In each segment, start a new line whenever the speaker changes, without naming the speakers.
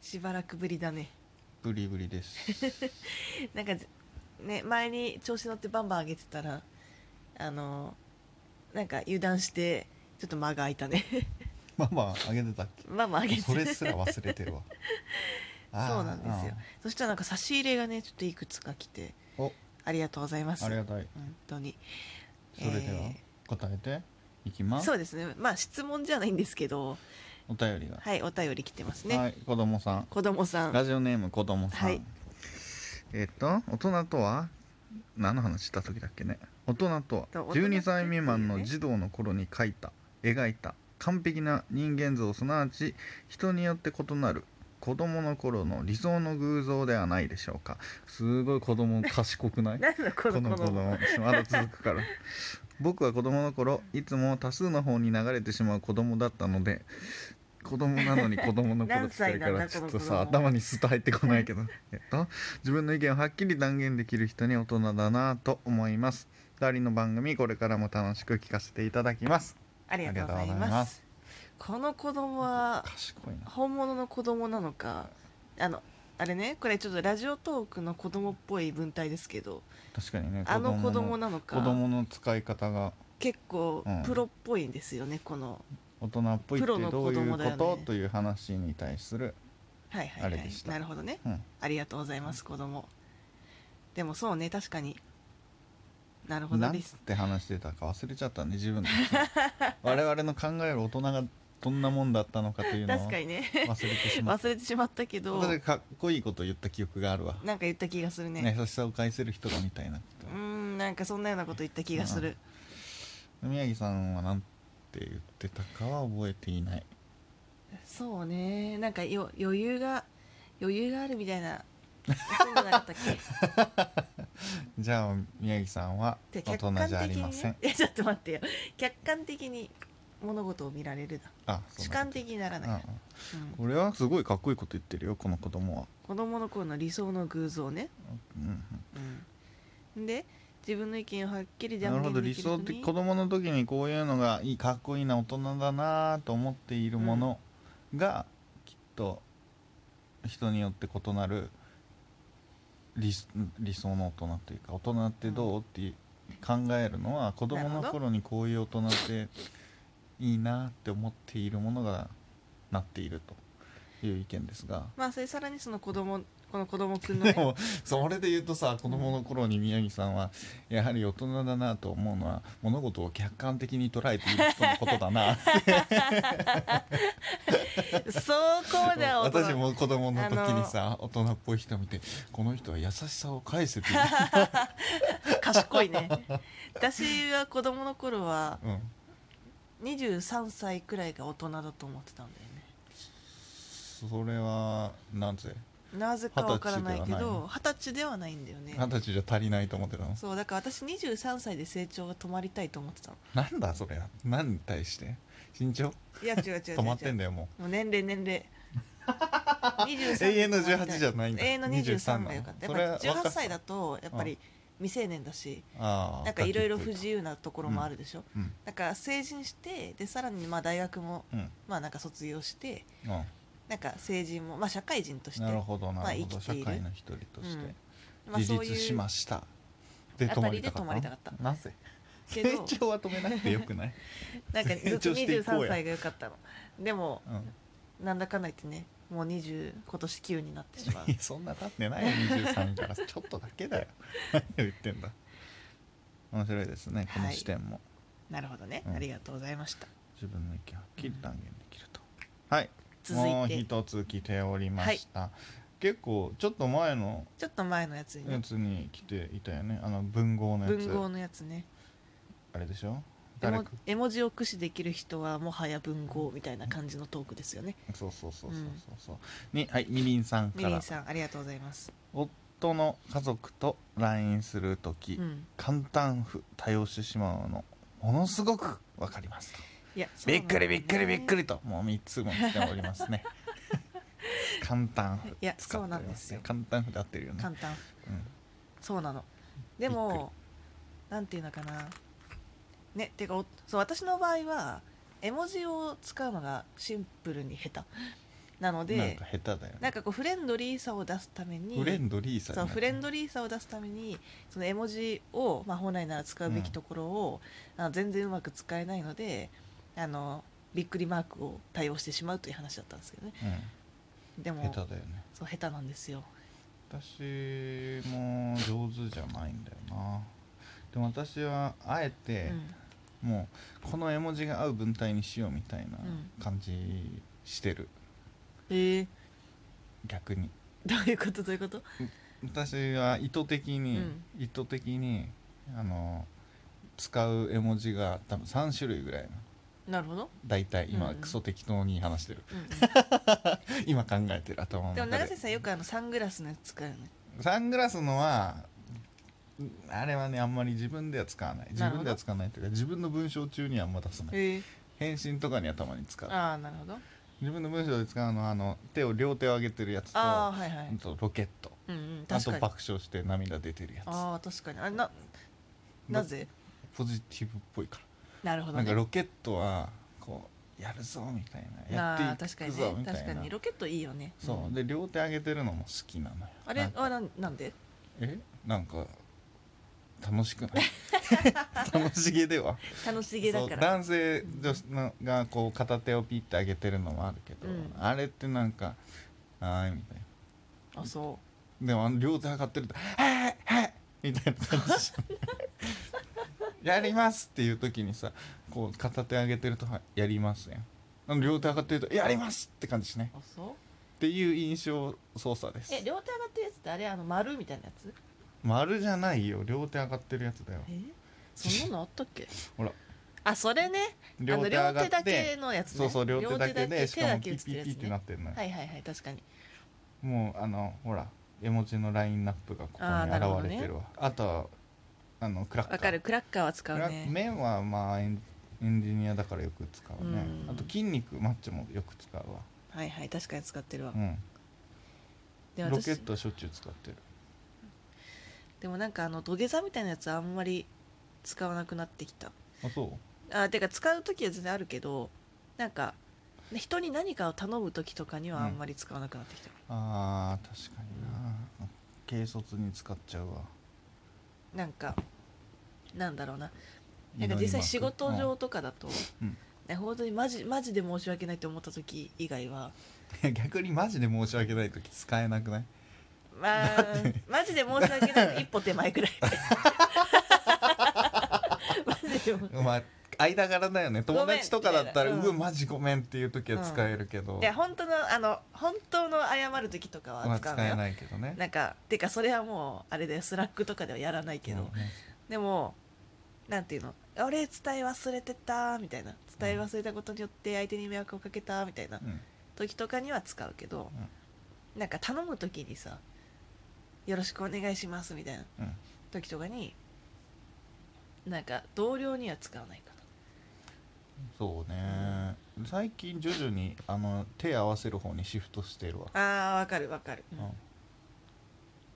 しばらくぶりだね
ブリブリです
なんかずね前に調子乗ってバンバン上げてたらあのなんか油断してちょっと間が空いたね
ママあげてたっ
バンバン上げ
け
て
それすら忘れ てるわあー
そうなんですよそしたらなんか差し入れがねちょっといくつか来て
あーお
ありがとうございます
あり
本
がたい
当に
それでは
え
答えていきます、
そうですねまあ質問じゃないんですけど
お便りが、
はいお便り来てますね、
はい子供さん
子供さん
ラジオネーム子供さん、
はい
えっと大人とは何の話した時だっけね大人とは
と大人っていうね
12歳未満の児童の頃に描いた描いた完璧な人間像すなわち人によって異なる子供の頃の理想の偶像ではないでしょうかすごい子供賢くない
何の子
こ
供
の子供まだ続くから僕は子供の頃いつも多数の方に流れてしまう子供だったので子供なのに子供の頃
何
って言っ
歳
てる
な
か
んだ
らちょっと
この
さ
子供
頭にすっと入ってこないけど、えっと、自分の意見をはっきり断言できる人に大人だなと思います2人の番組これからも楽しく聞かせていただきます
ありがとうござい
ありがとうござい
ま
ますす
この子供は
賢いな
本物の子供なのかあのあれねこれちょっとラジオトークの子供っぽい文体ですけど
確かにね
あの子供
の
なのか
子供の使い方が
結構
うん
プロっぽいんですよね、この
大人っぽいっ
プ
て
ロの
ど
子
ういう
供
こ
だよね
と、という話に対する、
はいはいは
あれ
い
でした
なるほどね
うん、
ありがとうございます子供でもそうね確かになるほど
なん
です
て話してたか忘れちゃったね自分で 我々の考える大人がどんなもんだったのかというのを
確
忘
か
れ
にね
てしま っ
忘れてしまったけ
た
ど
私がかっこいいこと言った記憶があるわ、
なんか言った気がするね
ね、優しさを介する人がみたいなこ
うーんなんかそんなようなこと言った気がする、
と宮城さんはなんて言ってたかは覚えていない
そうねなんかよ余裕が余裕があるみたいなそうじゃなかったっけ
じゃあ宮城さんは
で
大
客観
人
的
じゃあり
に、
ません
ね、えちょっと待ってよ客観的に物事を見られるな
あそう
主
な
観
んだ
的にならない、
うんうん
うん
これはすごいかっこいいこと言ってるよこの子供は、
子供の頃の理想の偶像ね、
うん
うん、で自分の意見をはっきり
うん、なるほど理
人
想
に
的子供の時にこういうのがいいかっこいいな大人だなと思っているものが、きっと人によって異なる理理想の大人というか大人ってどうっていう考えるのは子供の頃にこういう大人っていいなって思っているものがなっているという意見ですが。
まあそれさらにその子供この子供くんの、
で
ね、
もそれで言うとさ子供の頃に宮城さんはやはり大人だなと思うのは物事を客観的に捉えている人のことだ な
そうこうだ大人
私も子供の時にさ大人っぽい人見てこの人は優しさを返せてい る、
賢いね私は子供の頃は
うん、
23歳くらいが大人だと思ってたんだよね
それはなぜ
なぜかわからないけ
二十歳では
ど二十歳ではな
ない
いんだよね
二十歳じゃ足りないと思ってたの
そうだから私23歳で成長が止まりたいと思ってたの
なんだそれは何に対して身長
いや違う違う違う違う
止まってんだよも
もう年齢年 齢23
永遠の18じゃないんだ
永遠の23がよかった
23なの
やっぱ
それは
18
若さ
歳だとやっぱり未成年だし
うああ
なんかいろいろ不
自
自由なところもあるでしょ、
うん
だから成人してでさらにまあ大学も
うん
まあなんか卒業して
うん
なんか成人もまあ社会人として
なるほど
あ
なるほど、
生きて
社
いる
会の一人として、
まあ、
自
そうい
立
う
しましたで
あ
止
た
ま
り
り
で
たか
止
っ
ま
た
りたかった
なぜ
け
成
ど
長は止めなくてよくない、
なんかずっと
成長していこう
23
や
歳が良かったのでも
う、
なんだかんだ言ってねもう20今年9になってしまうん
いやそんな経ってないよ23からちょっとだけだよ何を言ってんだ面白いですねこの視点も、
なるほどね、
うん
ありがとうございました
自分の意見をはっきり断言できると、はい
続いて
もう一つ来ておりました、結構ちょっと前の
ちょっと前のやつに
や
ね
つに来ていたよねあの文豪のやつ
文豪のやつね
あれでしょ
絵
誰
文
か
絵文字を駆使できる人はもはや文豪みたいな感じのトークですよね
そうそうそうそううんそうそう、にはいみりんさん
み
か
り
ら
んさんありがとうございます
夫の家族と LINE する時、
うん
簡単不多用してしまうのものすごくわかりますと、
いやそうな
びっ
んだ
く
よね
りびっくりびっくりともう3つも来ておりますね簡単不
いや
使っており
そうなん
ま
ですよ
ね簡単不で合ってるよね、
簡単
うん
そうなので
びっく
もなんていうのかなねてかおそう私の場合は絵文字を使うのがシンプルに下手なの
なん
で
か下手だよ
なん
ね
かこうフレンドリーさを出すために
フレンドリーさ
そうフレンド
リ
リーさを出すためにその絵文字を、まあ、本来なら使うべきところを、あの全然うまく使えないのであのびっくりマークを対応してしまうという話だったんですけどね
ー、
で
う
も
ん、下手だよね
そう下手なんですよ
私も上手じゃないんだよなでも私はあえ
う
て、
ん
もうこの絵文字が合う文体にしようみたいな
うん
感じしてる、
えー、
逆に
どういうことどういうこと
私は意図的に、
うん
意図的にあの使う絵文字が多分3種類ぐらいの
なるほど、
大体今、
うん
クソ適当に話してる
うんうん
今考えてる頭の
で
中
も
で
永瀬さんよくあのサングラスのやつ使うよね
サングラスのはうんあれはねあんまり自分では使わない自
なるほど
分では使わないというか自分の文章中にはあんま出さない
え
返信とかにはたまに使う
ああなるほど
自分の文章で使うのはあの手を両手を上げてるやつと
ああはいはい
うんとロケット
うんうん
あ
確
と
かに
爆笑して涙出てるやつ
ああ確かにあれななぜ
ポジティブっぽいか
なるほ
ら
ど、
な
ね、
んかロケットはこうやるぞみたいなやっていく
あ
ぞ
ー確かにね
みた
確か
いな
にロケットいいよね
そうで両手上げてるのも好きなのよ
あ
な
れ
んか
はなんなんで
えなんか楽しく ない楽しげでは
楽しげだか
そ
ら
う男性女子のがこう片手をピッて上げてるのもあるけど、
うん
あれってなんか「はーい」みたい
あそ
なでもあの両手上がってると「はいはい」みたいな感じじゃんやりますっていう時にさこう片手上げてると「はいやりますやん」あの両手上がってると「やります!」って感じしないっ
うあそう
ていう印象操作です
え両手上がってるやつってあれあの丸みたいなやつ
丸じゃないよ両手上がってるやつだよ
えそ んなのあったっけ
ほら
あそれねあの両手だけのやつね
そうそう両手だけで
両手だけ
しかも
手だけ
ピ
映
ッ
って
ピ
る
ッ
やつ
ピ
ね
ッってなってるのよ、
はいはいはい確かに
もうあのほら絵文字のラインナップがここ
あーなるほど
に
ね
現れてるわあ,、とはあのクラッカー
わかるクラッカーは使う
クラッ
ね
面はまあエンエンジニアだからよく使うね
うん
あと筋肉マッチョもよく使うわ、
はいはい確かに使ってるわ
うん、
で
ロケッ
私
トしょっちゅう使ってる
でもなんかあの土下座みたいなやつあんまり使わなくなってきた
あそう
あてか使う時は全然あるけどなんかね人に何かを頼む時とかにはあんまり使わなくなってきた、
あー確かにな軽率に使っちゃうわ
なんかなんだろうななんか実際仕事上とかだと、
うん
ね本当にマジマジで申し訳ないと思った時以外は
うん逆にマジで申し訳ない時使えなくない
ま あマジで申し訳ない一歩手前くらいマジでも
まあ間柄だよね友達とかだったら「
ごめん
う
みたいな
わマジごめん」っていう時は使えるけど、
で本当のあの本当の謝る時とか
ま
は
あ
使
使
うの
え
よ、
ないけどね
なんかてかそれはもうあれだよスラックとかではやらないけど、
うんね
でもなんていうの俺伝え忘れてたみたいな伝え忘れたことによって相手に迷惑をかけたみたいな
うん
時とかには使うけど、なんか頼む時にさ「よろしくお願いします」みたいな
うん
時とかになんか同僚には使わないか
そうね最近徐々にあの手合わせる方にシフトしてるわ、
なあーわかるわかる、うん
うん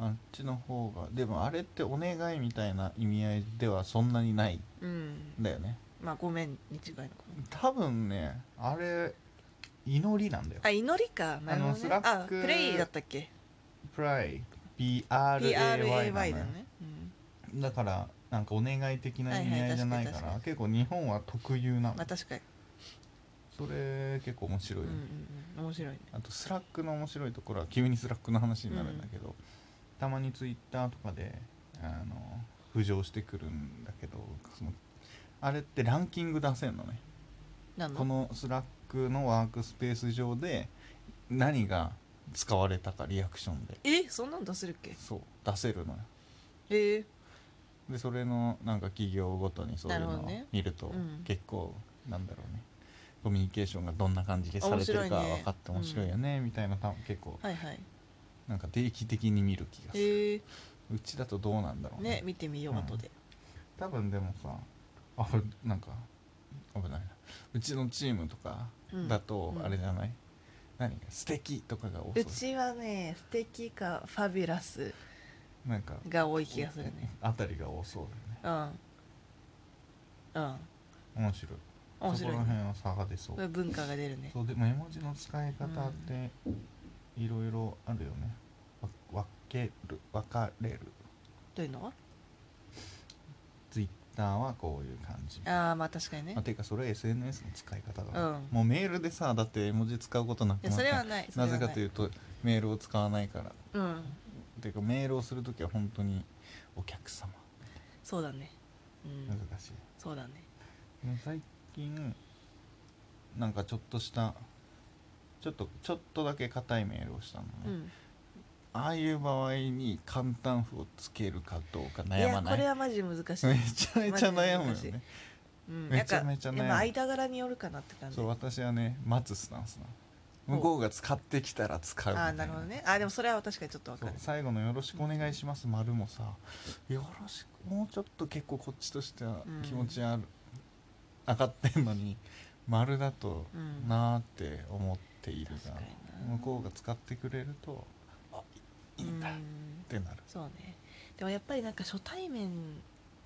あっちの方がでもあれってお願いみたいな意味合いではそんなにない
うん
んだよね
まあごめんに違いのかな
多分ねあれ祈りなんだよ
あ祈りかなるほど、ね、
あのスラック
あプレイだったっけ
プライ PRAY な
PRAY
の
だ
よ
ね、うん
だからなんかお願い的な意味合いじゃないから、
はいはい
結構日本は特有なの
まあ確かに、
それ結構面白い、
う
ね
んうんうん、面白いね
あとスラックの面白いところは急にスラックの話になるんだけど、たまにツイッターとかであの浮上してくるんだけどそのあれってランキング出せんのね
なんの
このスラックのワークスペース上で何が使われたかリアクションで
えそんなん出せるっけ
そう出せるのよ
ええ
でそれのなんか企業ごとにそうい
な
う
るほ
のを
どね
見ると
うん
結構なんだろうねコミュニケーションがどんな感じでされてるか
面白いね
分かって面白いよねみたいな多分結構
はいはい
なんか定期的に見る気がする、
ええ
うちだとどうなんだろうね
ね見てみよう
うん
後で、
多分でもさあこれなんか危ないなうちのチームとか
うん
だと
うん
あれじゃない、何素敵とかが多
う
そ
ちはね素敵かファビュラス
うなんか
が多い気がするね
あたりが多そうだよね
うんうん
面白い
面
そ
白
こ
い
ら
ね
辺は差が出そう
これ文化が出るね
そうでも絵文字の使い方っていろいろあるよね、わ分ける分かれる
というのは
ツイッターはこういう感じ
ああまあ確かにね
あていうかそれは SNS の使い方だな、
うん
もうメールでさだって絵文字使うことなく
い
な
や
っ
それは
た
ないそれ
な
は
ぜかといううとメールを使わないから
うん
ていうかメールをする時は本当にお客様
そうだねうん
難しい、
そうだね
でも最近なんかちょっとしたちょっとちょっとだけ硬いメールをしたのね、
うん
ああいう場合に簡単符をつけるかどうか
い
悩ま
や
な
こ
い
れはマジ難しい
めちゃめちゃ悩むよ
マジで難
ね
うん
めちゃめちゃ悩む
なんかやっぱ間柄によるかなって感じ
そう私はね待つスタンスなの向こうが使ってきたら使うみたい
ああなるほどねあーでもそれは確かにちょっとわ
そ
か
う
る
最後の「よろしくお願いします」丸もさ「よろしく」もうちょっと結構こっちとしては気持ちある、上がってんのに丸だと
うん
なーって思っている
確
が
か、にな
向こうが使ってくれると「あいいんだ」っ
うん
てなる、
そうねでもやっぱりなんか初対面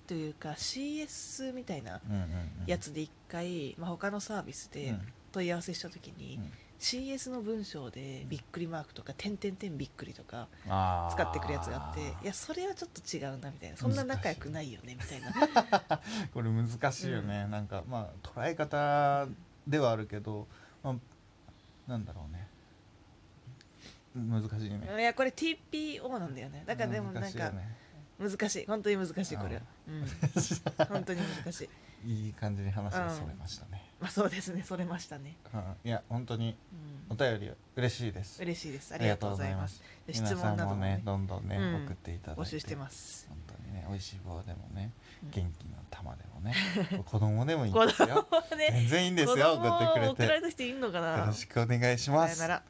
というか CS みたいな
うんうんうん
やつで一回、まあ、他のサービス
う
で
ん
問い合わせした時に、
うん
CS の文章でびっくりマークとか「点点点びっくり」とか
あー
使ってくるやつがあっていやそれはちょっと違うなみたいなそんな仲良くないよねみたいな
これ難しいよね、なんかまあ捉え方ではあるけど、まあ、なんだろうね難しいね
いやこれ TPO なんだよねだからでもな
難
ん
しいよ
か
ね
難しい本当に難しいこれは、うん、本当に難しい
いい感じに話が
うん
それましたね、
まあそうですねそれましたね、
うんいや本当に
う
お
ん、
便り嬉しいです
嬉しいですありがとうございます
あり
で
が
質
とうございます
問な
皆さ
ど
ん
も
もね
ね
どんどんね、
うん
送っていただいて
募集してます
本当にね美味しい棒でもね
うん
元気の玉で もね子供でもいいん
子
ですよ
ね
全然いいんですよ送ってくれ
送られ
て
た人いるのかな
よろしくお願いしま
さよ
す
なら